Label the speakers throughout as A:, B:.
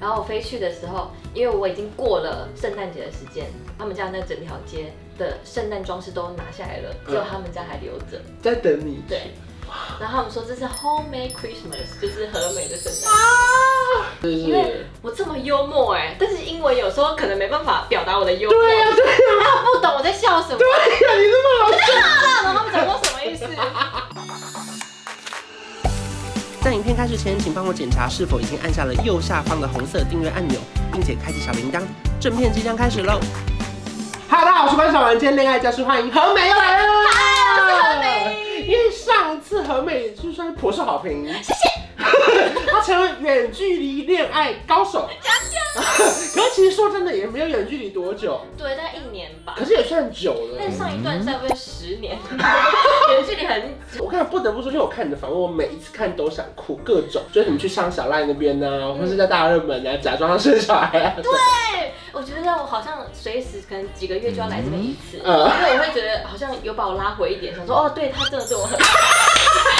A: 然后我飞去的时候，因为我已经过了圣诞节的时间，他们家那整条街的圣诞装饰都拿下来了，
B: 嗯
A: 只有他们家还留着。
B: 在等你。
A: 对，然后他们说这是 homemade Christmas，就是和美的圣诞。
B: 就
A: 因为
B: 是。
A: 我这么幽默哎、但是英文有时候可能没办法表达我的幽默，
B: 对呀、对呀、
A: 他不懂我在笑什么，
B: 对啊呀、你这么好笑。
A: 然后他们讲说什么意 思？
B: 在影片开始前，请帮我检查是否已经按下了右下方的红色订阅按钮，并且开启小铃铛。正片即将开始喽！Hello，大家好，我是关晓雯，今天恋爱教室欢迎何美又来了。嗨，
A: 我是何美。
B: 因为上次何美是算颇受好评，谢谢。 她成为远距离恋爱高手。 可是其实说真的，也没有远距离多久，
A: 对，大概一年吧
B: 可，是也算久了
A: 但。上一段大概十年， 远距离很久。
B: 我看不得不说，因为我看你的访问，我每一次看都想哭，各种，就是你去上小赖那边呐、啊，或是在大热门啊，假装要生小孩啊，
A: 嗯对，我觉得我好像随时可能几个月就要来这边一次，因为
B: 呃，
A: 我会觉得好像有把我拉回一点，想说哦，对他真的对我很好。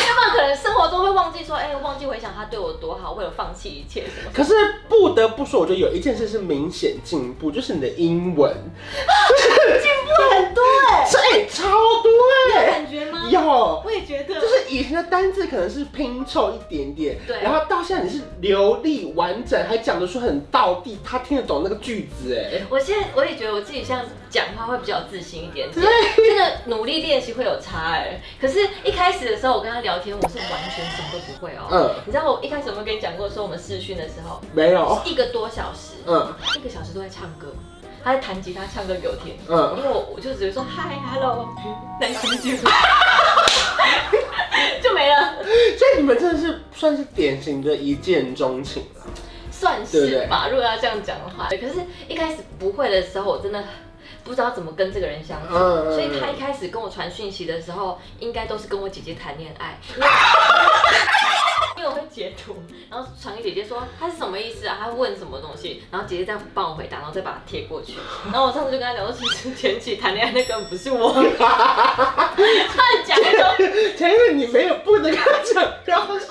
A: 要不然可能生活中会忘记说，哎、忘记回想他对我多好，为了放弃一切什 么。
B: 可是不得不说，我觉得有一件事是明显进步，就是你的英文，
A: 进步很多哎、
B: 这、哎超多哎、
A: 感觉吗？
B: 有，
A: 我也觉得，
B: 就是以前的单字可能是拼凑一点点，
A: 对
B: 然后到现在你是流利完整，还讲得出很道地，他听得懂那个句子哎，
A: 我现在我也觉得我自己这样讲话会比较自信一点点，
B: 对，
A: 真的努力练习会有差哎、可是，一开始的时候我跟他聊天，我是完全什么都不会哦、
B: 嗯，
A: 你知道我一开始有没有跟你讲过，说我们试训的时候
B: 没有，
A: 一个多小时，
B: 嗯
A: 一个小时都在唱歌，他在弹吉他唱歌给我听，
B: 嗯，
A: 因为我我就只是说 Hi Hello Nice to meet you，就没了，
B: 所以你们真的是算是典型的一见钟情啊。
A: 算
B: 对不
A: 是
B: 对
A: 吧。如果要这样讲的话，对可是一开始不会的时候，我真的不知道怎么跟这个人相处。
B: 嗯
A: 所以他一开始跟我传讯息的时候，应该都是跟我姐姐谈恋爱，因为因为我会截图，然后传给姐姐说他是什么意思啊，他问什么东西，然后姐姐再帮我回答，然后再把它贴过去。然后我上次就跟他讲说，其实前期谈恋爱那根本不是我，乱讲一通。
B: 前面你没有不能跟他讲，然后是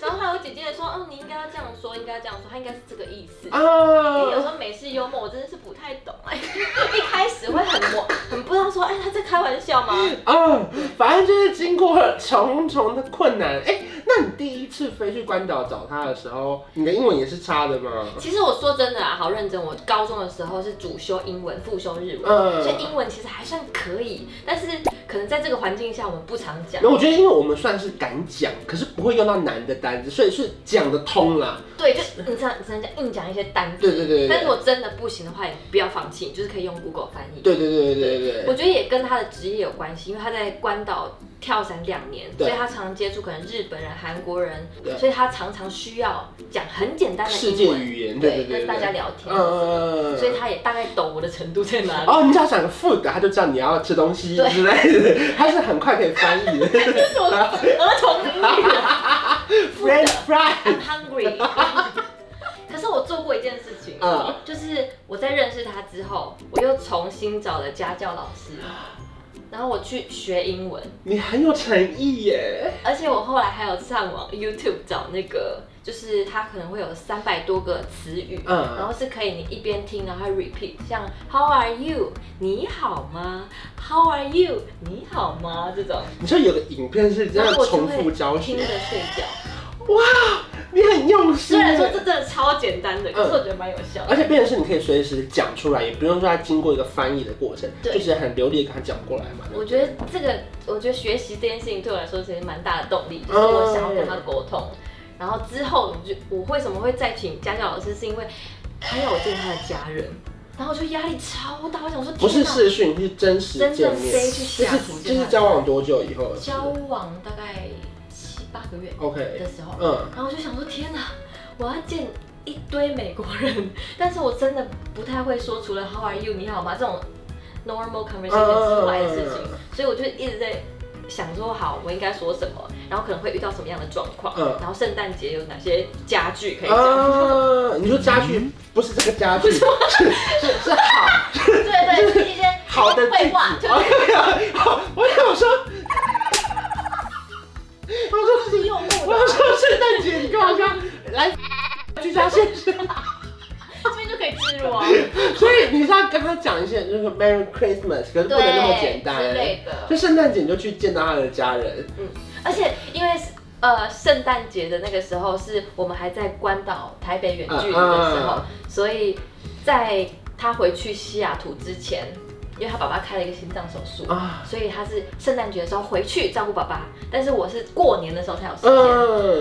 A: 然后还有姐姐也说，哦，你应该要这样说，应该这样说，他应该是这个意思。欸有时
B: 啊，
A: 候美式幽默我真的是不太懂哎、一开始会很模，很不知道说，哎、他在开玩笑吗？
B: 啊，反正就是经过了重重的困难。哎、那你第一次飞去关岛找他的时候，你的英文也是差的吗？
A: 其实我说真的啊，好认真。我高中的时候是主修英文，副修日文，
B: 嗯
A: 所以英文其实还算可以，但是可能在这个环境下我们不常讲
B: 然。嗯后我觉得，因为我们算是敢讲，可是不会用到难的单词，所以是讲得通啦。
A: 对，就你这样只能讲硬讲一些单字。
B: 对对对对
A: 但是
B: 对
A: 我真的不行的话，也不要放弃，你就是可以用 Google 翻译。
B: 对对对对对
A: 我
B: 对。
A: 觉得也跟他的职业有关系，因为他在关岛跳伞两年，
B: 对
A: 所以他常常接触可能日本人、韩国人
B: 对，
A: 所以他常常需要讲很简单的
B: 世
A: 英
B: 界
A: 文，
B: 语言，对
A: 对，
B: 对对
A: 跟
B: 对。
A: 大家
B: 对
A: 聊天，
B: 嗯
A: 所以他也大概懂我的程度在哪里。
B: 哦，你只要讲 food，他就知道你要吃东西
A: 对
B: 之类的，他是很快可以翻 译的。
A: 这 是我的儿童英语啊
B: French fry，
A: ，I'm hungry。可 是我做过一件事情，
B: 嗯
A: 就是我在认识他之后，我又重新找了家教老师，然后我去学英文，
B: 你很有诚意耶。
A: 而且我后来还有上网 YouTube 找那个，就是它可能会有三百多个词语，
B: 嗯
A: 然后是可以你一边听，然后它 repeat，像 How are you？你好吗？How are you？你好吗？这种，
B: 你说有的影片是这
A: 然
B: 样
A: 后我就
B: 重复
A: 会
B: 教
A: 听
B: 学，
A: 着睡觉。
B: 哇，你很用
A: 虽
B: 心耶。
A: 然说这真的超简单的，可是我觉得蛮有效的。
B: 而且变成是你可以随时讲出来，也不用说它经过一个翻译的过程，
A: 对
B: 就是很流利的跟他讲过来嘛。
A: 我觉得这个，我觉得学习这件事情对我来说其实蛮大的动力，就是
B: 哦
A: 我想要跟他沟通。然后之后我就我为什么会再请家教老师，是因为他要我见他的家人，然后我就压力超大，我想说
B: 不是
A: 天哪
B: 视讯，是真实
A: 真
B: 见
A: 正
B: 面，
A: 飞去
B: 就
A: 西雅
B: 是
A: 图见
B: 就
A: 他
B: 是
A: 的
B: 交往多久以后的事？
A: 交往大概七八个月
B: OK，
A: 的时候，
B: 嗯，
A: 然后我就想说天哪，我要见一堆美国人，但是我真的不太会说 除了 How are you 你好吗这种 normal
B: 嗯
A: conversation 之外的事情。所以我就一直在想说，好，我应该说什么，然后可能会遇到什么样的状况，
B: 嗯
A: 然后圣诞节有哪些家具可以讲，
B: 啊，你说家
A: 嗯
B: 具不是这个家具，是是是好
A: 对对，就是一些
B: 好的
A: 绘画，就
B: 句子。OK，好，啊我想说，我说
A: 是用
B: 我
A: 木
B: 要
A: 的。
B: 说圣诞节，你干嘛这样来居家现实？
A: 啊
B: 会讲一些就是 Merry Christmas，可是 不能那么简单
A: 之。类的
B: 就。圣诞节你就去见到他的家人，
A: 而且因为呃圣诞节的那个时候是我们还在关岛台北远距离的时候，
B: 嗯
A: 所以在他回去西雅图之前，因为他爸爸开了一个心脏手术。
B: 啊，
A: 所以他是圣诞节的时候回去照顾爸爸，但是我是过年的时候才有时间，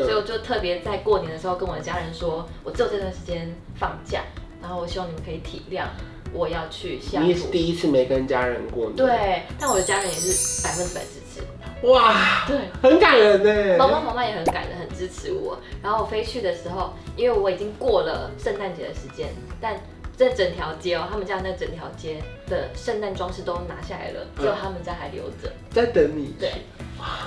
A: 所以
B: 嗯，
A: 我就特别在过年的时候跟我的家人说，我只有这段时间放假，然后我希望你们可以体谅我要去西雅
B: 你也是
A: 图。
B: 第一次没跟家人过年，，
A: 对，但我的家人也是百分之百支持。
B: 哇，
A: 对，
B: 很感人
A: 爸爸
B: 呢。
A: 妈妈也很感人，很支持我。然后我飞去的时候，因为我已经过了圣诞节的时间，但这整条街哦，他们家那整条街的圣诞装饰都拿下来了，只有他们家还留着。
B: 在等你
A: 对，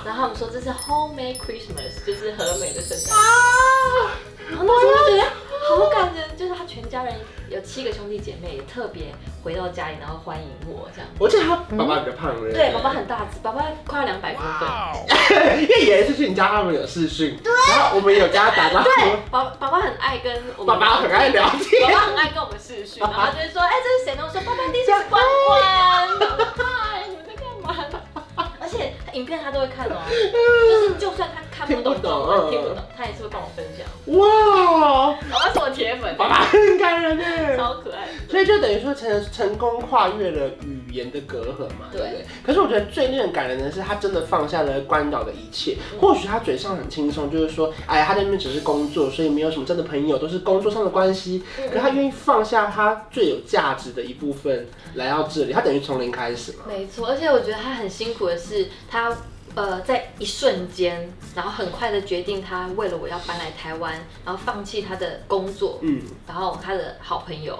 A: 然后他们说这是 homemade Christmas，就是和美的圣诞。
B: 啊，
A: 然后哦那时候就觉得好感人，就是他全家人有七个兄弟姐妹，也特别回到家里，然后欢迎我这样。
B: 我记得他爸爸比较胖
A: 嗯
B: 人，
A: 对，爸爸很大只，爸爸快要两百公分。
B: 因为有一次去你家，他们有视讯，然后我们有跟他打招呼，
A: 爸爸爸很爱跟我们
B: 爸爸很爱聊
A: 爸
B: 天，
A: 爸很啊爱跟我们视讯，然后就会说：“哎、这是谁呢？”我说：“爸爸，第一次关关。”嗨，你们在干 嘛？而且影片他都会看哦，就是就算他看不懂中文、听不懂，他也是会帮我分享。
B: 哇，
A: 爸爸是我铁粉，
B: 爸爸很感人呢。
A: 超可爱。
B: 所以就等于说成成功跨越了语言的隔阂嘛，
A: 对
B: 对不对？可是我觉得最令人感人的是，他真的放下了关岛的一切。
A: 嗯
B: 或许他嘴上很轻松，就是说，哎，他在那边只是工作，所以没有什么真的朋友，都是工作上的关系。
A: 嗯
B: 可他愿意放下他最有价值的一部分来到这里，他等于从零开始嘛。
A: 没错，而且我觉得他很辛苦的是，他呃在一瞬间，然后很快的决定他为了我要搬来台湾，然后放弃他的工作，
B: 嗯
A: 然后他的好朋友，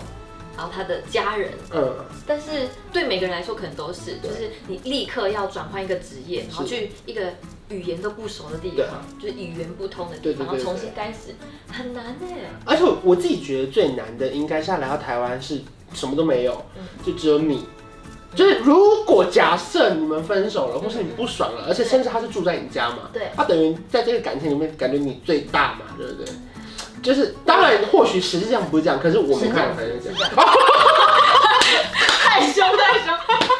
A: 然后他的家人，
B: 嗯，
A: 但是对每个人来说可能都是，就是你立刻要转换一个职业，然后去一个语言都不熟的地方，就是语言不通的地
B: 对对
A: 方，
B: 啊对
A: 然后
B: 对
A: 重新开始，很难哎。
B: 而且我我自己觉得最难的，应该是他来到台湾是什么都没有，
A: 嗯
B: 就只有你。就是如果假设你们分手了，或是你不爽了，而且甚至他是住在你家嘛，
A: 对
B: 他等于在这个感情里面感觉你最大嘛，对不对？
A: 嗯
B: 就是当然，或许实际上不是这样，可是我们看来是这
A: 是
B: 样
A: 这。样，太凶太凶。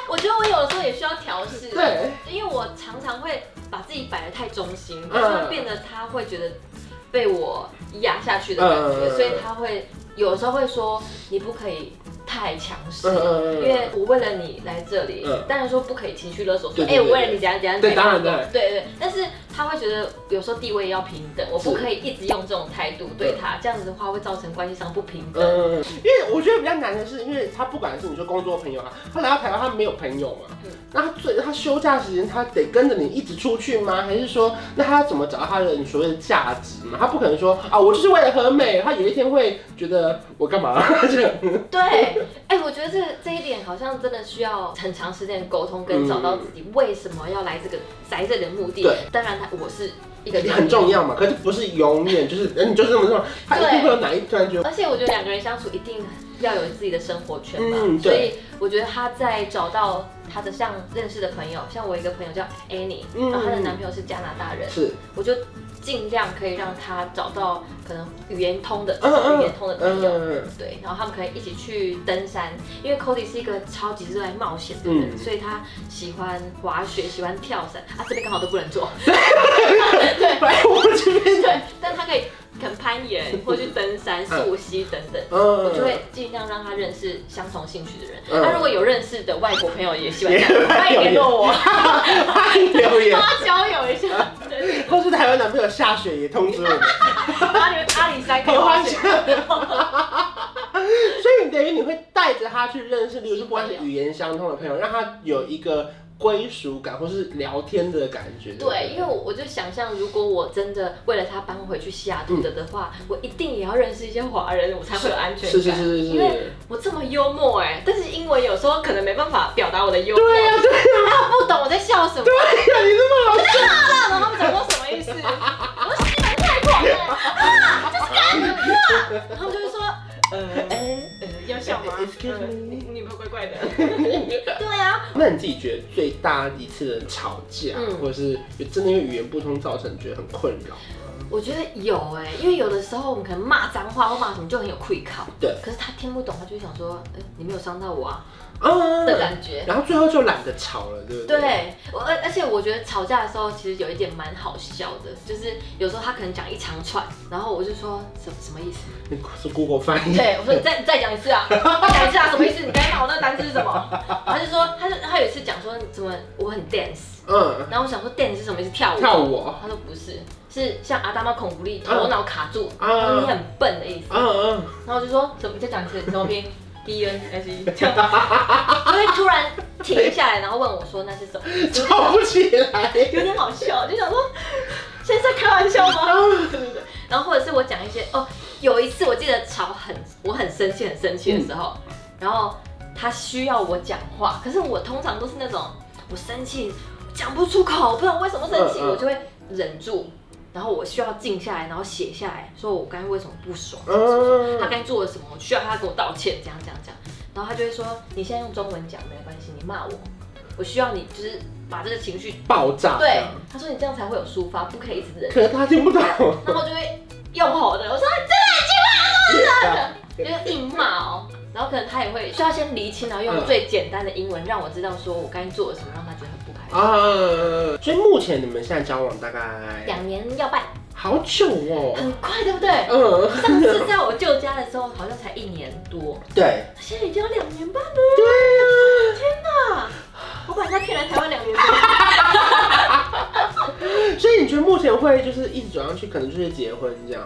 A: 我觉得我有时候也需要调试，
B: 对，
A: 因为我常常会把自己摆得太中心，
B: 嗯
A: 就会变得他会觉得被我压下去的感觉，
B: 嗯
A: 所以他会有时候会说你不可以太强势，
B: 嗯嗯嗯
A: 因为我为了你来这里
B: 嗯，
A: 当然说不可以情绪勒索，说
B: 对
A: 哎
B: 对
A: 我
B: 对
A: 为了你怎样怎样，
B: 对
A: 怎样
B: 当然
A: 怎样
B: 当然
A: 对对，但是他会觉得有时候地位也要平等，我不
B: 是
A: 可以一直用这种态度对他，这样子的话会造成关系上不平等。
B: 嗯，因为我觉得比较难的是，因为他不管是你说工作朋友啊，他来到台湾他没有朋友嘛
A: 嗯，
B: 那他最他休假时间他得跟着你一直出去吗？还是说那他怎么找到他的你所谓的价值嘛？他不可能说啊我就是为了和美，他有一天会觉得我干嘛这样？
A: 对，哎、我觉得这这一点好像真的需要很长时间的沟通，跟
B: 嗯
A: 找到自己为什么要来这个来这里的目的。
B: 对，
A: 当然他我是一个
B: 很重要嘛，可是不是永远就是呃你就是这么说，他一定会有哪一突然觉得
A: 而且我觉得两个人相处一定要有自己的生活圈嘛，
B: 嗯
A: 所
B: 对
A: 以我觉得她在找到她的像认识的朋友，像我一个朋友叫 Annie，、
B: 嗯
A: 然后她的男朋友是加拿大人，
B: 是
A: 我就尽量可以让她找到可能语言通的、
B: 嗯嗯
A: 语言通的 朋友。
B: 嗯
A: 对，然后他们可以一起去登山，因为 Cody 是一个超级热爱冒险的人，
B: 嗯
A: 所以他喜欢滑雪，喜欢跳伞啊，这边刚好都不能做，
B: 来我们这 边
A: 对，但他可以可能攀岩或去登山、
B: 嗯
A: 溯溪等等。我就
B: 嗯
A: 会尽量让他认识相同兴趣的人。
B: 嗯
A: 那、如果有认识的外国朋友也喜欢这样，欢迎联络我，
B: 欢迎留言
A: 帮，他交友一下。对，
B: 或是台湾男朋友下雪也通知我们。
A: 把你们阿里山给
B: 很
A: 我
B: 欢
A: 花
B: 喜
A: 钱。。
B: 所以你等于你会带着他去认识，比如说不管是语言相通的朋友，让他有一个归属感，或是聊天的感觉。不
A: 对，因为我我就想象，如果我真的为了他搬回去西雅图的的话，我一定也要认识一些华人，我才会有安全感。
B: 嗯是是是是
A: 因为
B: 是。
A: 我这么幽默哎、但是英文有时候可能没办法表达我的幽默，
B: 对呀、对呀、
A: 他们不懂我在笑什么，
B: 对呀、你这么好笑，
A: 大了他们讲过什么 意思？我说西门太狂了啊，这是干嘛？然后就会说，呃呃呃，要笑吗
B: Excuse me
A: 呃你你们怪怪的。对啊，
B: 那你自己觉得最大一次的吵架，
A: 嗯
B: 或者是有真的因为语言不通造成觉得很困扰吗？
A: 我觉得有哎、因为有的时候我们可能骂脏话或骂什么就很有愧靠，
B: 对
A: 可是他听不懂，他就会想说，哎、你没有伤到我啊
B: 嗯
A: 的感觉。
B: 然后最后就懒得吵了，对不对？。
A: 啊对，我而而且我觉得吵架的时候其实有一点蛮好笑的，就是有时候他可能讲一长串，然后我就说什什么意思？
B: 你是 Google 翻译。
A: 对，我 说你再你再讲一次啊，再讲一次啊，什么意思？你刚才骂我那个单词是什么？他就说，他就他有一次讲说什么我很 dance，
B: 嗯，
A: 然后我想说 dance 是什么意思？跳舞。啊
B: 跳舞哦。
A: 他说不是，是像阿达玛孔布力头脑卡住，
B: 嗯
A: 他说你很笨的意思。
B: 嗯嗯，
A: 然后我就说怎么再讲一次，怎么拼？D N S E，这样，他会突然停下来，然后问我说那是什么？
B: 吵不起来。
A: 有点好笑，就想说现在在开玩笑吗？
B: 嗯
A: 对对对。然后或者是我讲一些哦，有一次我记得吵很，我很生气很生气的时候，然后他需要我讲话，可是我通常都是那种我生气讲不出口，不知道为什么生气，
B: 嗯嗯
A: 我就会忍住。然后我需要静下来，然后写下来，说我刚才为什么不爽，什么什么
B: 嗯
A: 他该做了什么，我需要他给我道歉，这样这样这样。然后他就会说，你现在用中文讲没关系，你骂我，我需要你就是把这个情绪
B: 爆炸。
A: 对，他说你这样才会有抒发，不可以一直忍。
B: 可是他听不懂。
A: 然后我就会用吼的，我说 你真的很奇怪，
B: 啊
A: 就是硬骂哦。然后可能他也会需要先厘清，然后啊用最简单的英文让我知道说我该做了什么，让他觉得很不开心。
B: 啊，所以目前你们现在交往大概
A: 两年要半，
B: 好久哦。
A: 很快，对不 对？
B: 嗯，
A: 上次在我舅家的时候，好像才一年多，
B: 对。
A: 现在已经要两年半了。
B: 对啊。
A: 我把人家骗来台湾两年多，
B: 所以你觉得目前会就是一直走上去，可能就是结婚这样，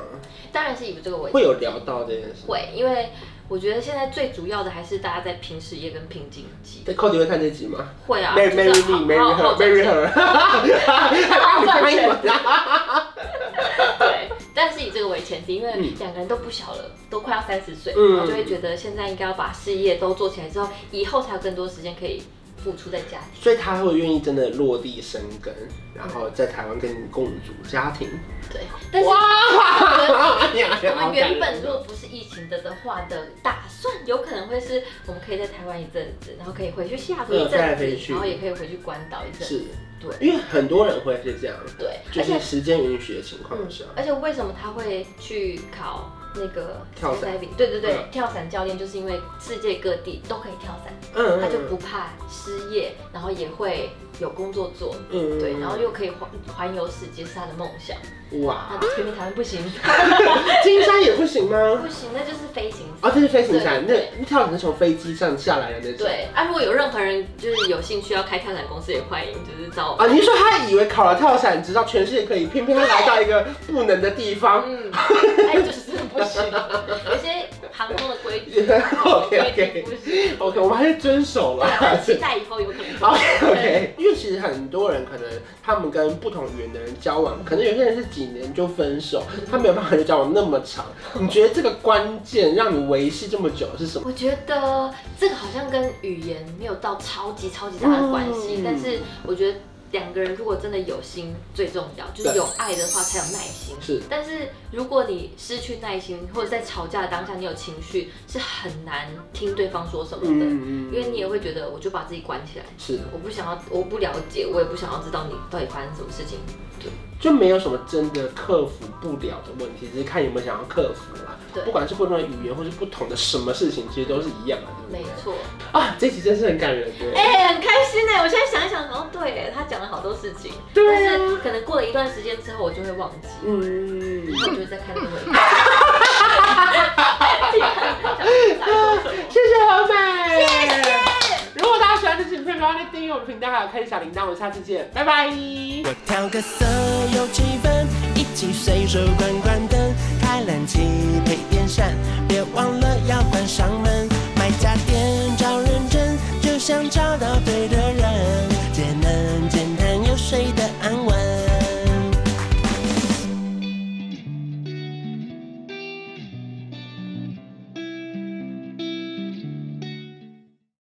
A: 当然是以这个为主
B: 会有聊到这件事。
A: 会，因为我觉得现在最主要的还是大家在拼事业跟拼经济。
B: 对，寇迪会看这集吗
A: 会啊，
B: ？Marry
A: 就是
B: Marry
A: 好
B: me,
A: 好
B: Marry
A: 好
B: her,
A: 赚
B: Marry
A: 钱
B: her，还 帮你翻译
A: 对，但是以这个为前提，因为
B: 嗯
A: 两个人都不小了，都快要三十岁，
B: 嗯
A: 然后就会觉得现在应该要把事业都做起来之后，以后才有更多时间可以付出在家庭。
B: 所以他会愿意真的落地生根，然后在台湾跟你共组家庭。啊
A: 对，但是
B: 哇！
A: 嗯我
B: 我
A: 们原
B: 哦
A: 本如果不是疫情的的话的打算，有可能会是我们可以在台湾一阵子，然后可以回去西雅图一
B: 嗯再来
A: 阵
B: 回
A: 子，
B: 去
A: 然后也可以回去关岛一阵子。
B: 是，
A: 对
B: 因为很多人会是这样，
A: 对，
B: 就
A: 而且
B: 是时间允许的情况
A: 嗯
B: 下，，
A: 而且为什么他会去考那个
B: 跳伞
A: skydiving？对对对，
B: 嗯
A: 跳伞教练就是因为世界各地都可以跳伞，
B: 嗯
A: 他就不怕失业，然后也会有工作做。
B: 嗯
A: 对，然后又可以环环游世界是他的梦想，那
B: 哇，
A: 偏偏台湾不行，
B: 金山也不行吗？
A: 不行，那就是飞行伞。
B: 哦，这是飞行伞，那
A: 对
B: 那跳伞是从飞机上下来的那 种。
A: 对，啊，如果有任何人就是有兴趣要开跳伞公司，也欢迎就是找我。
B: 啊，你是说他以为考了跳伞，直到全世界可以，偏偏他来到一个不能的地方。
A: 嗯， 哎，就是不行，有些航空的规 矩，
B: OK
A: 规矩
B: OK
A: 不行。
B: OK，我们还是遵守了。
A: 期待以后有可能。
B: OK OK，因为其实很多人可能他们跟不同语言的人交往，可能有些人是几年就分手，他没有办法就交往那么长。你觉得这个关键让你维系这么久是什么？
A: 我觉得这个好像跟语言没有到超级超级大的关系，
B: 嗯
A: 但是我觉得两个人如果真的有心最重要，就是
B: 对
A: 有爱的话才有耐心。
B: 是
A: 但是如果你失去耐心，或者在吵架的当下你有情绪，是很难听对方说什么的，
B: 嗯
A: 因为你也会觉得我就把自己关起来，
B: 是
A: 我不想要，我不了解，我也不想要知道你到底发生什么事情。
B: 就没有什么真的克服不了的问题，只是看有没有想要克服啦。
A: 对
B: 不管是不同的语言或是不同的什么事情，其实都是一样的，对
A: 没
B: 不对？
A: 错，
B: 啊，这集真是很感人，对。
A: 哎、很开心哎！我现在想一想，哦，对耶，他讲了好多事情，
B: 对啊
A: 但是可能过了一段时间之后，我就会忘记。
B: 嗯，
A: 然后我就再看另外一个。想
B: 谢谢何美，谢谢。如果大家喜欢这期影片，不要忘记订阅我们频道，还有开启小铃铛。我们下次见，拜拜。
C: 我调个色有气氛，一起随手关关灯，开冷气配电扇，别忘了要关上门。买家电找认真，就像找到对的